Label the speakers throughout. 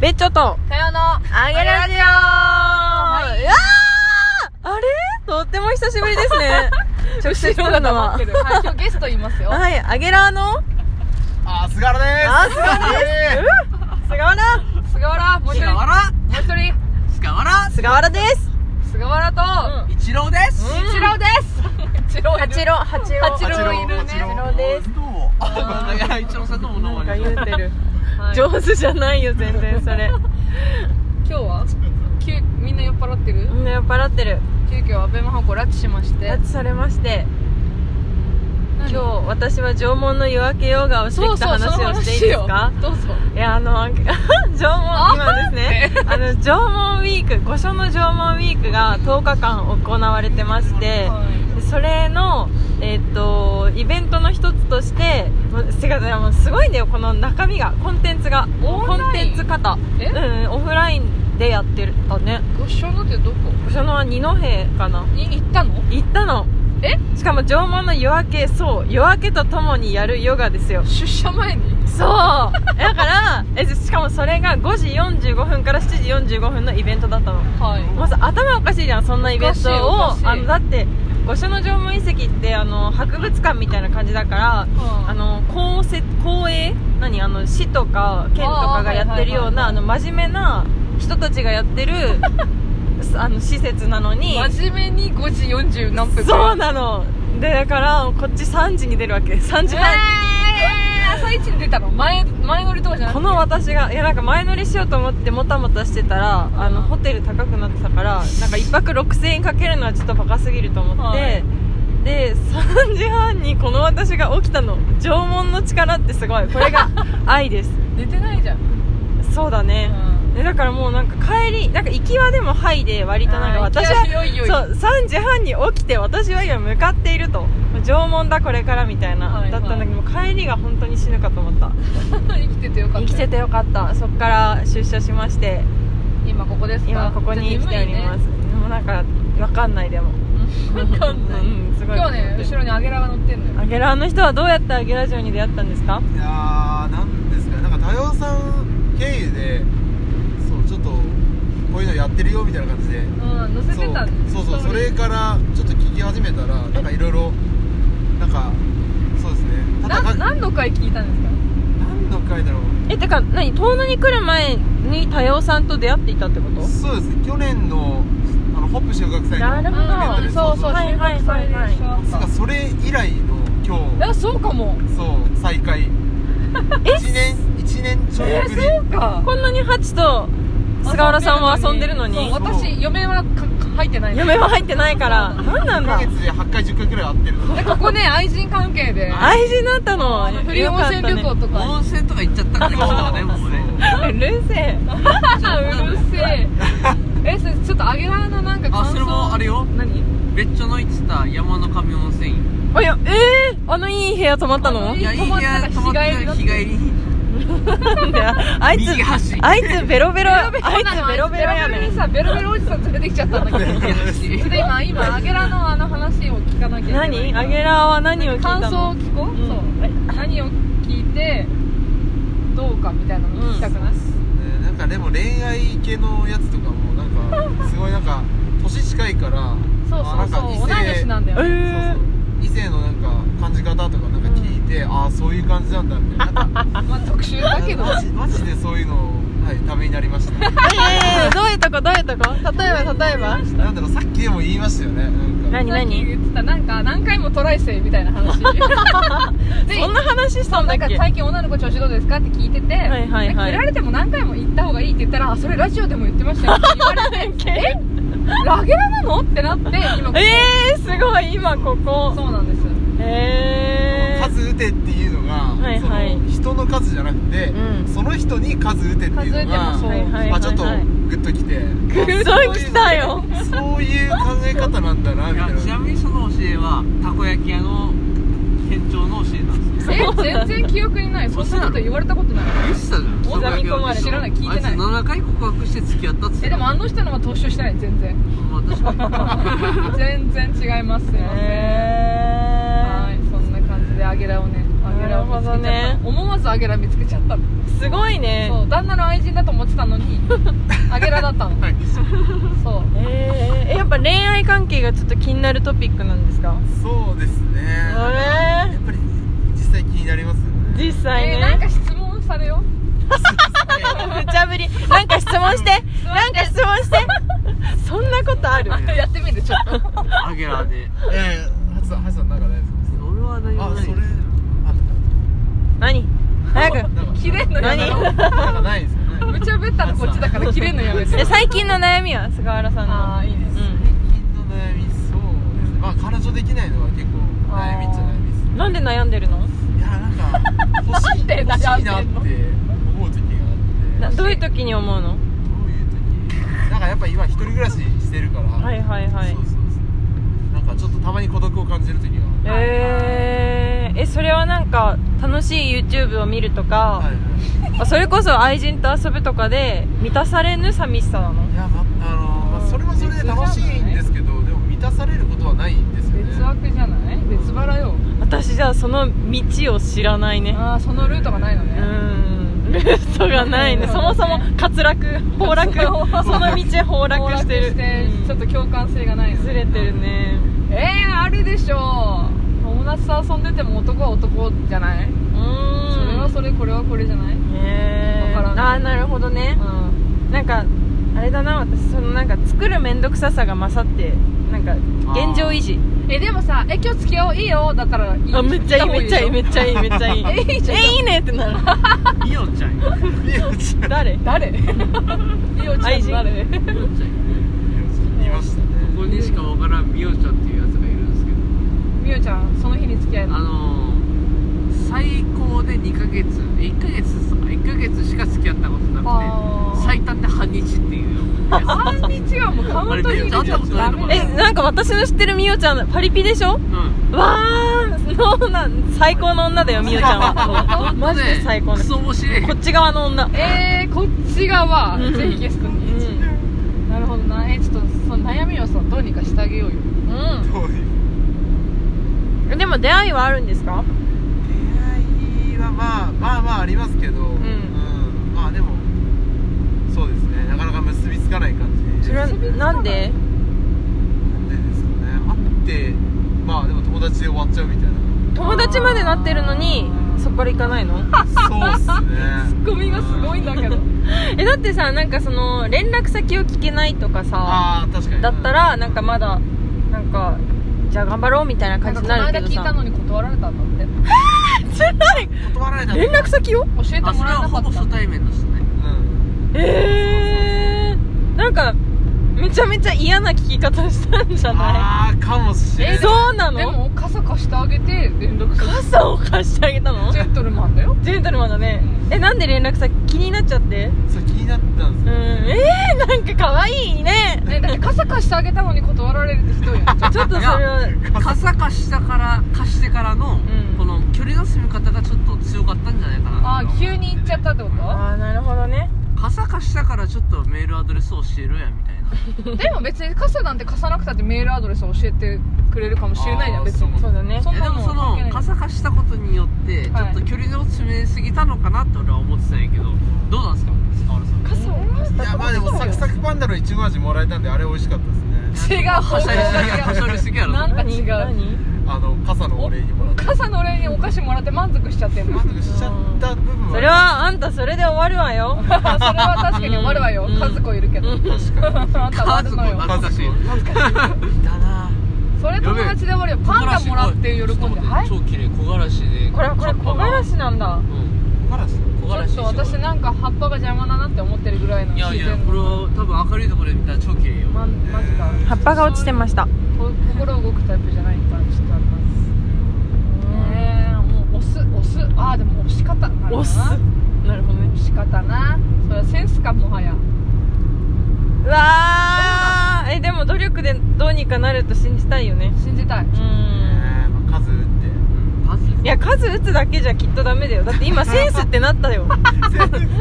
Speaker 1: ベッチョと、
Speaker 2: さよの
Speaker 1: あげラジオ
Speaker 2: はい
Speaker 1: やーあれとっても久しぶりです ね。直接
Speaker 2: 白
Speaker 1: 来る
Speaker 2: が
Speaker 1: の
Speaker 2: 黙っ
Speaker 1: は
Speaker 2: て。るはい今日ゲストいますよ
Speaker 1: はい、あげらの、
Speaker 3: あー、菅原です。
Speaker 1: あー菅
Speaker 3: 原です。
Speaker 1: 菅原
Speaker 2: 菅原もう一
Speaker 3: 菅
Speaker 2: 人もう
Speaker 3: 原。
Speaker 2: 一人
Speaker 3: 菅原。
Speaker 1: 菅原です。
Speaker 2: 菅原と
Speaker 3: 一郎です。
Speaker 2: 一郎です一郎いる
Speaker 1: 八郎、八郎。
Speaker 2: 八郎いるね
Speaker 3: 八
Speaker 1: 郎です
Speaker 3: どうも。あいや、一郎さんどうもどうも
Speaker 1: なんか言うてる。
Speaker 2: はい今
Speaker 1: 上手じゃないよ、全然それ。
Speaker 2: 日はきゅうみんな酔っ払ってる
Speaker 1: みんな酔っ払ってる。
Speaker 2: 急遽アベマハコ拉致しまして
Speaker 1: 拉致されまして、
Speaker 2: 今
Speaker 1: 今日私は縄文の夜明けヨガをして
Speaker 2: そう
Speaker 1: きた
Speaker 2: そうその
Speaker 1: 話をしていいですか
Speaker 2: 話よどうぞ
Speaker 1: いや、あの、 縄文、今ですね、あの、縄文ウィーク、五所の縄文ウィークが10日間行われてまして、
Speaker 2: は
Speaker 1: でそれの、えっと、イベントの一つとして、もうてかねもうすごいんだよ、この中身が、コンテンツが、
Speaker 2: オン
Speaker 1: コ
Speaker 2: ライン
Speaker 1: ンテンツ型。
Speaker 2: え
Speaker 1: うん、オフラインでやってるたね。
Speaker 2: いご一緒のってどこ
Speaker 1: 五所の二戸かな。
Speaker 2: に行ったの
Speaker 1: 行ったの。
Speaker 2: え
Speaker 1: しかも縄文の夜明け、そう、夜明けとともにやるヨガですよ。
Speaker 2: 出社前に
Speaker 1: そうだからえしかもそれが5時45分から7時45分のイベントだったの
Speaker 2: はい
Speaker 1: まず頭おかしいじゃんそんなイベント
Speaker 2: おか
Speaker 1: を
Speaker 2: しいおかしい
Speaker 1: あのだって五所の縄文遺跡ってあの博物館みたいな感じだからあの公設公営何あの市とか県とかがやってるような
Speaker 2: あ
Speaker 1: あ
Speaker 2: ーはいはいはいはい
Speaker 1: の真面目な人たちがや ってるあの施設なのに
Speaker 2: 真面目に5時40何分
Speaker 1: そうな
Speaker 2: だ
Speaker 1: のでだからこっち3時に出るわけ3時半
Speaker 2: 朝一に出たの前前乗りとかじゃなく
Speaker 1: こ
Speaker 2: て
Speaker 1: の私がいやなんか前乗りしようと思ってもたもたしてたらあのホテル高くなってたからなんか1泊6000円かけるのはちょっとバカすぎると思って、
Speaker 2: はい
Speaker 1: で3時半にこの私が起きたの縄文の力ってすごいこれ が愛です
Speaker 2: 寝てないじゃん、
Speaker 1: そうだね、でだからもうなんか帰りなんか行きはでも「はい」で割となんか
Speaker 2: あー
Speaker 1: 私
Speaker 2: 行きは
Speaker 1: は
Speaker 2: 良い良い
Speaker 1: そう3時半に起きて私は今向かっていると縄文だこれからみたいな、
Speaker 2: はいはい
Speaker 1: だったんだけどもう帰りが本当に死ぬかと思った
Speaker 2: 生きててよかった
Speaker 1: 生きててよかったそっから出所しまして
Speaker 2: 今ここですか
Speaker 1: 今ここに来ております、もうなんかわかんないでも
Speaker 2: 分 かんない、
Speaker 1: うんすごい
Speaker 2: 今日ね後ろにアゲラが乗ってんのよ
Speaker 1: アゲラーの人はどうやってアゲラジオに出会ったんですか
Speaker 3: いやー、なんですかね、なんか多様さん経由で。そう、ちょっと、こういうのやってるよみたいな感じで。
Speaker 2: うん乗せてたん
Speaker 3: そう、そうそう、それから、ちょっと聞き始めたら、なんかいろいろ。なんか。そうですね。ただ
Speaker 2: な
Speaker 3: か
Speaker 2: 何の回聞いたんです
Speaker 3: 何の回だろう。
Speaker 1: えてか何遠野に来る前に多様さんと出会っていたってこと
Speaker 3: そうですね。去年の。あの、ホップ修学祭
Speaker 1: なる
Speaker 3: の。
Speaker 1: ほ
Speaker 2: か
Speaker 1: ど
Speaker 3: イベントで
Speaker 2: そうそう
Speaker 1: はいはいはいはい
Speaker 2: 収録されてる人
Speaker 3: なんか、それ以来の、今日
Speaker 2: あ。そうかも
Speaker 3: そう再開1年1年ちょい
Speaker 2: え
Speaker 3: ぶり
Speaker 2: そうか
Speaker 1: こんなにハチと菅原さんは遊んでるのに
Speaker 2: そう私嫁はか入ってないの
Speaker 1: 嫁は入ってないから何なん
Speaker 3: 1
Speaker 1: だ
Speaker 3: ヶ月で8回10回くらい会ってる
Speaker 2: でここね愛人関係で
Speaker 1: 愛人だったの
Speaker 2: フリー
Speaker 1: よ
Speaker 2: 温
Speaker 1: かっ
Speaker 2: 泉
Speaker 1: た
Speaker 2: 旅行
Speaker 1: ね
Speaker 2: とか
Speaker 4: 温泉とか行っちゃったからね今日はねもうね
Speaker 1: うるせえ
Speaker 2: うるせええそれちょっとアゲラのなんか感想
Speaker 4: あそれもあれよ
Speaker 2: 何
Speaker 4: 別所の言ってた山の神温泉
Speaker 1: あいやえー、あのいい部屋泊まったの
Speaker 2: あの
Speaker 4: いやいい部屋泊まって
Speaker 2: 泊まった
Speaker 4: 日帰り
Speaker 1: なんだよあいつ
Speaker 4: 右端
Speaker 1: あいつベロベロあい
Speaker 2: そうな
Speaker 1: つ
Speaker 2: の
Speaker 1: ベロベロやね
Speaker 2: にさベロベロおじさん連れてきちゃったんだけどちょ
Speaker 4: 右
Speaker 2: っと
Speaker 4: 端
Speaker 2: 今今アゲラのあの話を聞かなきゃいけない
Speaker 1: 何アゲラは何を聞いた
Speaker 2: 感想を
Speaker 1: の
Speaker 2: 聞こう、
Speaker 1: ん
Speaker 2: そう何を聞いてどうかみたいなの聞きたくない、
Speaker 3: ねなんかでも恋愛系のやつとかもなんかすごいなんか年近いから
Speaker 2: そう
Speaker 3: あ
Speaker 2: そう
Speaker 3: なんか
Speaker 2: そう
Speaker 3: 異
Speaker 2: 同い年
Speaker 3: 性
Speaker 2: なんだよ、
Speaker 1: え
Speaker 2: ね
Speaker 3: そうそう異性のなんか感じ方とかなんか聞いて、ああそういう感じなんだみたいななんか
Speaker 2: まあ特殊 だけど
Speaker 3: マジマジでそういうのはいためになりました
Speaker 1: ええどういうとこどういうとこ例えば例えば
Speaker 3: なんだろうさっきでも言いましたよねなんか
Speaker 1: 何
Speaker 2: さっき言ってたなんか何回もトライ生みたいな話で
Speaker 1: そんな話したんだ
Speaker 2: な
Speaker 1: っ
Speaker 2: んか
Speaker 1: け
Speaker 2: 最近女の子調子どうですかって聞いてて、
Speaker 1: いはいはい
Speaker 2: なんか振られても何回も言った方がいいって言ったらあそれラジオでも言ってましたよって言われてえラゲラなのってなって今ここ
Speaker 1: ええすごい今ここ
Speaker 2: そうなんです
Speaker 1: ええ
Speaker 3: 数打てっていうのが、
Speaker 1: はいはい
Speaker 3: その人の数じゃなくて、
Speaker 1: うん
Speaker 3: その人に数打てっていうのが
Speaker 2: 数打てもそうはいはい
Speaker 1: はいはい
Speaker 3: まあ、ちょっとグッときて
Speaker 1: グッときたよ
Speaker 3: あそういう考え方なんだなみ
Speaker 4: い
Speaker 3: たい
Speaker 4: や
Speaker 3: な
Speaker 4: ちなみにその教えはたこ焼き屋の店長の教えなんですよ
Speaker 2: え全然記憶にないそんなこと言われたことない
Speaker 4: 言ってたじゃん
Speaker 1: 刻み込まれて
Speaker 2: 知らない聞いてない
Speaker 4: あいつ7回告白して付き合ったっつって
Speaker 2: えでもあの人のは投資してない全 然
Speaker 4: まあ確か
Speaker 2: 全然違いますすいません、はい
Speaker 1: え
Speaker 2: そんな感じでアゲラをねアゲラを見つけちゃった、
Speaker 1: なるほどね
Speaker 2: 思わずアゲラ見つけちゃったの
Speaker 1: えすごいね
Speaker 2: そう旦那の愛人だと思思ってたのにあげらだったの
Speaker 3: はい
Speaker 2: そう
Speaker 1: えー、えやっぱ恋愛関係がちょっと気になるトピックなんですか
Speaker 3: そうですね
Speaker 1: え
Speaker 3: やっぱり実際気になりますよ
Speaker 1: ー、
Speaker 3: ね
Speaker 1: 実際
Speaker 2: え
Speaker 1: ね、
Speaker 2: ーなんか質問されよ
Speaker 1: 無茶ぶりなんか質問してなんか質問して そんなことある
Speaker 4: あ
Speaker 2: やってみるちょっと
Speaker 4: アゲラで
Speaker 3: ええハチさんハチさんなんかないです か
Speaker 4: 俺は何も
Speaker 3: あ
Speaker 4: ない
Speaker 3: そ
Speaker 4: で
Speaker 3: れあ
Speaker 1: 何早く
Speaker 3: なんか
Speaker 2: 切れんのやめろ
Speaker 1: 何
Speaker 3: なんかないですかね
Speaker 2: 無茶ぶったのこっちだから切れんのやめ
Speaker 1: え
Speaker 2: て
Speaker 1: 最近の悩みは菅原さんの
Speaker 2: ああいいです
Speaker 1: う
Speaker 3: 最
Speaker 1: ん
Speaker 3: 近の悩みそうですねまあ彼女できないのは結構悩みっちゃ悩みです
Speaker 1: なんで悩んでるの
Speaker 3: いやなんか欲し
Speaker 2: な
Speaker 3: い
Speaker 2: んで
Speaker 3: 欲し
Speaker 2: 悩ん
Speaker 3: いな
Speaker 2: で
Speaker 3: って
Speaker 2: んの
Speaker 3: 思う時があ
Speaker 1: な
Speaker 3: って
Speaker 1: どういう時に思うの
Speaker 3: どういう時なんかやっぱ今一人暮らししてるから
Speaker 1: はいはいはい
Speaker 3: そうそうそうなんかちょっとたまに孤独を感じる時が
Speaker 1: えー、えそれはなんか楽しい YouTube を見ると
Speaker 3: は
Speaker 1: か
Speaker 3: い、はい
Speaker 1: それこそ愛人と遊ぶとかで満たされぬ寂しさなの
Speaker 3: いやまあのまあそれはそれで楽しいんですけどでも満たされることはないんですよね
Speaker 2: 別枠じゃない別腹よ
Speaker 1: 私じゃあその道を知らないね
Speaker 2: ああそのルートがないの
Speaker 1: う
Speaker 2: ね
Speaker 1: んルートがないね
Speaker 2: うん
Speaker 1: そもそも滑落崩落その道崩落してるうん
Speaker 2: ちょっと共感性がないの
Speaker 1: ずれてるね
Speaker 2: えー、あるでしょう友達と遊んでても男は男じゃない、
Speaker 1: うん
Speaker 2: それはそれこれはこれじゃない、うん、
Speaker 1: へー
Speaker 2: わからん
Speaker 1: ああなるほどねなんかあれだな私そのなんか作る面倒くささが勝ってなんか現状維持
Speaker 2: えでもさ「え今日付き合おういいよ」だったらいい
Speaker 1: あめっちゃいいめっちゃいいめ
Speaker 2: っち
Speaker 1: っちゃいいめっちゃ いい
Speaker 2: えいいじゃん
Speaker 1: えいいねってなる
Speaker 4: イオンちゃんよ
Speaker 3: いや違う
Speaker 1: 誰
Speaker 2: 誰いいよちゃ
Speaker 1: 愛
Speaker 2: ん
Speaker 1: 人
Speaker 2: 誰
Speaker 4: イオンちゃんよ
Speaker 3: いました
Speaker 4: ここ
Speaker 3: ね
Speaker 4: にしかわからんミオちゃんっていうやつがいるんですけど
Speaker 2: みおちゃんその日に付き合え
Speaker 4: あ
Speaker 2: た
Speaker 4: のー、最高で2ヶ月1ヶ月1ヶ月しか付き合ったことな
Speaker 2: あ
Speaker 4: くて
Speaker 2: ー
Speaker 4: 最短で半日っていうやつ
Speaker 2: 半日はもうカウントに入れちゃダメ だ
Speaker 1: え
Speaker 2: よ
Speaker 1: なんか私の知ってるみおちゃんパリピでしょ
Speaker 4: うん
Speaker 1: わーそうなん最高の女だよみおちゃん はマジで最高で
Speaker 4: ク
Speaker 1: すこ
Speaker 4: ソ面白い
Speaker 1: っち側の女
Speaker 2: えー、こっち側、
Speaker 1: うん
Speaker 2: ぜひゲスト
Speaker 1: う
Speaker 2: に、
Speaker 1: ん
Speaker 2: なるほどなえちょっとその悩みをさどうにかしてあげようよ
Speaker 1: う
Speaker 3: どういうん
Speaker 1: でも出会いはあるんですか
Speaker 3: 出会いはまあまあまあありますけど、うんまあでもそうですねなかなか結びつかない感じ
Speaker 1: それはなんで
Speaker 3: なんでですかね会ってまあでも友達で終わっちゃうみたいな
Speaker 1: 友達までなってるのにそこから行かないの
Speaker 3: そうっすねツ
Speaker 2: ゴミがすごいんだけど
Speaker 1: えだってさなんかその連絡先を聞けないとかさ
Speaker 3: ああ確かに
Speaker 1: だったらなんかまだなんかじゃあ頑張ろうみたいな
Speaker 2: な
Speaker 1: 感じ
Speaker 2: んか
Speaker 1: に
Speaker 2: こ
Speaker 1: な
Speaker 2: の
Speaker 1: るけど
Speaker 2: 間聞いた
Speaker 1: さ
Speaker 2: のに断られたんだって
Speaker 3: 断られ た
Speaker 1: 連絡先を
Speaker 2: 教えて
Speaker 4: あそ
Speaker 2: も
Speaker 4: れ
Speaker 2: らえ
Speaker 4: は
Speaker 2: なか
Speaker 4: ほぼ
Speaker 2: っ
Speaker 4: 初対面の人ね
Speaker 3: うん
Speaker 1: えー、なんかめちゃめちゃ嫌な聞き方したんじゃな
Speaker 3: ああかもしれない
Speaker 1: いそうな
Speaker 2: たで
Speaker 1: の
Speaker 2: も傘貸してあげて連絡先
Speaker 1: 傘を貸して あげた の
Speaker 2: ジ
Speaker 1: ジ
Speaker 2: ェントルマンだよ
Speaker 1: ェントルマンだね
Speaker 2: うん
Speaker 1: えなんで連絡先気になっちゃって
Speaker 3: そう気になったん
Speaker 1: う
Speaker 3: で
Speaker 1: んえー、なんか可愛いね
Speaker 2: ねだって傘貸してあげたのに断られるってひどいよね
Speaker 1: ちょっとそれは
Speaker 4: 傘貸したから貸してからの、
Speaker 1: ん
Speaker 4: この距離の詰め方がちょっと強かったんじゃないかな
Speaker 2: あー急に行っちゃったってこ
Speaker 1: ああなるほどね
Speaker 4: 傘貸したからちょっとメールアドレス教えろやみたい
Speaker 2: と
Speaker 4: な
Speaker 2: でも別に傘なんて貸さなくたってメールアドレスを教えてくれるかもしれないじゃん
Speaker 3: あー
Speaker 2: 別に
Speaker 1: そうだね
Speaker 2: そん
Speaker 4: いやで
Speaker 2: なも
Speaker 4: も
Speaker 2: ん
Speaker 4: そ
Speaker 2: 関係な
Speaker 4: の
Speaker 2: い
Speaker 4: 傘貸したことによってちょ
Speaker 2: はい
Speaker 4: っと距離を詰めすぎたのかなって俺は思ってたんやけどどうなんですか菅原さん
Speaker 1: 傘を貸し
Speaker 3: い
Speaker 1: た
Speaker 3: やまあでもサクサクパンダのいちご味もらえたんであれ美味しかったですね
Speaker 2: 違う方
Speaker 4: はし
Speaker 2: 向
Speaker 4: ゃぎすぎやろはしゃ
Speaker 2: が違
Speaker 4: ぎすぎやろ
Speaker 2: なんか違う
Speaker 1: 何
Speaker 3: あの傘のお礼にもらっ
Speaker 2: う
Speaker 3: た
Speaker 2: 傘の例にお菓子もらって満足しちゃってるの
Speaker 3: 満
Speaker 2: そ
Speaker 3: 足しちゃった部分は
Speaker 1: それはあんたそれで終わるわよ
Speaker 2: れは確かに終わるわよ
Speaker 1: うん
Speaker 2: 和子いるけどあん
Speaker 3: 確かに
Speaker 2: た終わるのよ
Speaker 4: 和恥ずかしい
Speaker 3: 恥ずかしいだな
Speaker 2: それ友達で終わるよパンダもらって喜んではい
Speaker 4: 超綺麗木枯らしで
Speaker 1: これこれ木枯らしなんだ
Speaker 4: うん
Speaker 3: 木枯らし
Speaker 4: 木枯らし
Speaker 2: ちょっと私なんか葉っぱが邪魔だなって思ってるぐらいの
Speaker 4: いやいや
Speaker 2: 自然
Speaker 4: これ
Speaker 2: の
Speaker 4: は多分明るいところで見たら超綺麗よ
Speaker 2: まマジか
Speaker 1: 葉っぱが落ちてました
Speaker 2: こ心動くタイプじゃないからちょっとあれなんですねえもう押す押すああでも押し方なんだな
Speaker 1: 押すなるほどね
Speaker 2: 押し方なそれはセンスかもはや
Speaker 1: うわーえでも努力でどうにかなると信じたいよね
Speaker 2: 信じたいう
Speaker 1: ーん
Speaker 3: ねえまあ数打って
Speaker 4: パズ
Speaker 1: いや数打つだけじゃきっとダメだよだって 今センスってな ったよ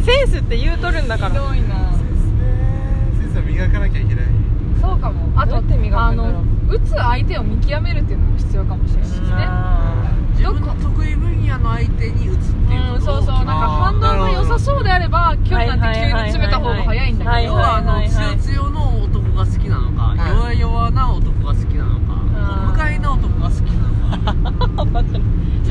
Speaker 1: センスって言うとるんだか
Speaker 2: ひ
Speaker 1: ら
Speaker 2: どいな
Speaker 3: そうですね先生は磨かなきゃいけない
Speaker 2: そうかもあと
Speaker 1: どうやって磨くんだろう
Speaker 2: あの打つ相手を見極めるっていうのも必要かもしれないですね
Speaker 1: あ
Speaker 4: 自分の得意分野の相手に打つっていううこと
Speaker 2: ん、
Speaker 4: を
Speaker 2: そうそうなんか
Speaker 3: あー
Speaker 2: 反応が良さそうであれば距離なんて急に詰め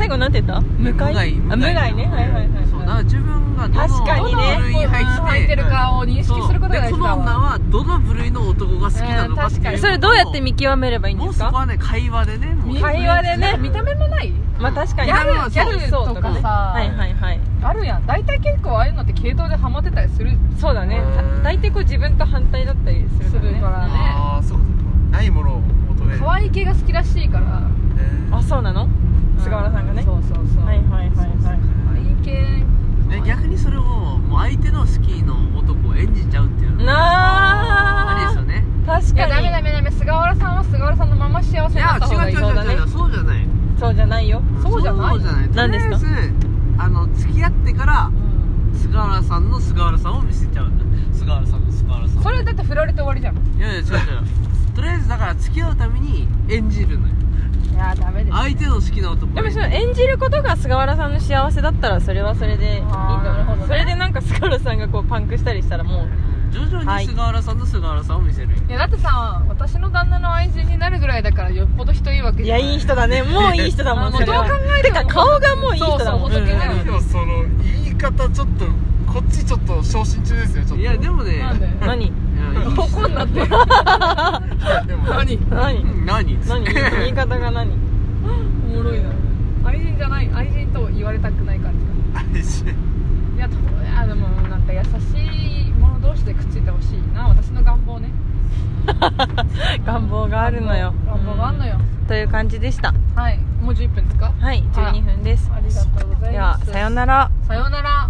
Speaker 1: 向かい
Speaker 4: 害
Speaker 1: あ無害ねはいはいはい
Speaker 4: そうだから自分がどの
Speaker 1: 確かにね
Speaker 4: 部類に入
Speaker 2: 入
Speaker 4: っ
Speaker 2: っててるかを認識
Speaker 4: そう
Speaker 2: することが
Speaker 4: で
Speaker 2: 大事
Speaker 4: この
Speaker 2: だ
Speaker 4: 女
Speaker 2: わ
Speaker 4: はどの部類の男が好きなのかっていう
Speaker 2: うん確かに
Speaker 4: のを
Speaker 1: それどうやって見極めればいいん
Speaker 4: も
Speaker 1: で
Speaker 4: う
Speaker 1: す
Speaker 4: そこ
Speaker 1: か
Speaker 4: はね会話でねもう
Speaker 1: 会話でね
Speaker 2: 見た目もない
Speaker 1: まあ確かに
Speaker 2: ギャル
Speaker 4: ギャル
Speaker 2: ギャルとか
Speaker 1: ね
Speaker 2: さ
Speaker 1: はいはいはい
Speaker 2: あるやん大体結構ああいうのって系統でハマってたりする
Speaker 1: そうだね
Speaker 3: うん
Speaker 1: た大体こう自分と反対だったりする
Speaker 2: す
Speaker 1: か
Speaker 2: るか
Speaker 1: ね
Speaker 2: ららね
Speaker 3: ああそうかそうかないものを求める
Speaker 2: 可愛い系が好きらしいから
Speaker 3: えー
Speaker 1: あそうなの菅原さんがね
Speaker 2: そうそうそう
Speaker 1: はいはいはいはい
Speaker 2: 可愛い系
Speaker 4: ね逆にそれをもう相手の好きの男を演じちゃうっていうのがあれ
Speaker 1: な
Speaker 4: ですよ
Speaker 1: あ
Speaker 4: ね
Speaker 1: 確
Speaker 2: いやダメ
Speaker 1: か
Speaker 2: ダ
Speaker 1: に
Speaker 2: メダメ菅原さんは菅原さんのまま幸せ
Speaker 4: い
Speaker 2: にな
Speaker 4: や
Speaker 2: った方が
Speaker 4: 違
Speaker 2: いうい
Speaker 4: 違う違う違うそうじゃない
Speaker 1: そうじゃないよ
Speaker 2: そうじゃない
Speaker 4: そうじゃない
Speaker 1: 何ですか
Speaker 4: とりあえずあの付き合ってから菅原さんの菅原さんを見せちゃう菅原さんの菅原さん
Speaker 2: それだって振られて終わりじゃんい
Speaker 4: いやいや違う違うとりあえずだから付き合うために演じるのよ
Speaker 2: やダメです
Speaker 4: 相手の好きな男を
Speaker 1: でもその
Speaker 4: 演じる
Speaker 1: 演じることが菅原さんの幸せだったらそれはそれでいいと
Speaker 2: あーなる
Speaker 1: 思
Speaker 2: ほどね
Speaker 1: うそれでなんか菅原さんがこうパンクしたりしたらもう
Speaker 4: 徐々に菅原さんの菅原さんを見せるよ、
Speaker 2: いやだってさ私の旦那の愛人になるぐらいだからよっぽど人いいわけ
Speaker 1: い
Speaker 2: じゃ
Speaker 1: や
Speaker 2: ない
Speaker 1: い人だねもういい人だもん
Speaker 2: あもう
Speaker 1: それは
Speaker 2: どう考え
Speaker 1: て
Speaker 2: ても
Speaker 1: か顔がもういい人だもん
Speaker 2: そうそう
Speaker 1: うん
Speaker 3: 何のその言い方ちょっとこっちちょっと昇進中ですよちょっと
Speaker 4: いやで
Speaker 3: も
Speaker 4: もね
Speaker 2: なん で
Speaker 1: 何
Speaker 4: いやいい人
Speaker 2: 怒んなって
Speaker 3: でも
Speaker 1: 何
Speaker 4: うん何
Speaker 1: 何言い方が何
Speaker 2: おもろいな愛人じゃない愛人と言われたくない感じが
Speaker 3: 愛し
Speaker 2: いやとあでもなんか優しい者同士でくっついてほしいな私の願望ね
Speaker 1: 願望があるのよ
Speaker 2: 願望があるのよ
Speaker 1: という感じでした
Speaker 2: はいもう11分ですか
Speaker 1: はい12分です
Speaker 2: ありがとうございます
Speaker 1: ではさようなら
Speaker 2: さようなら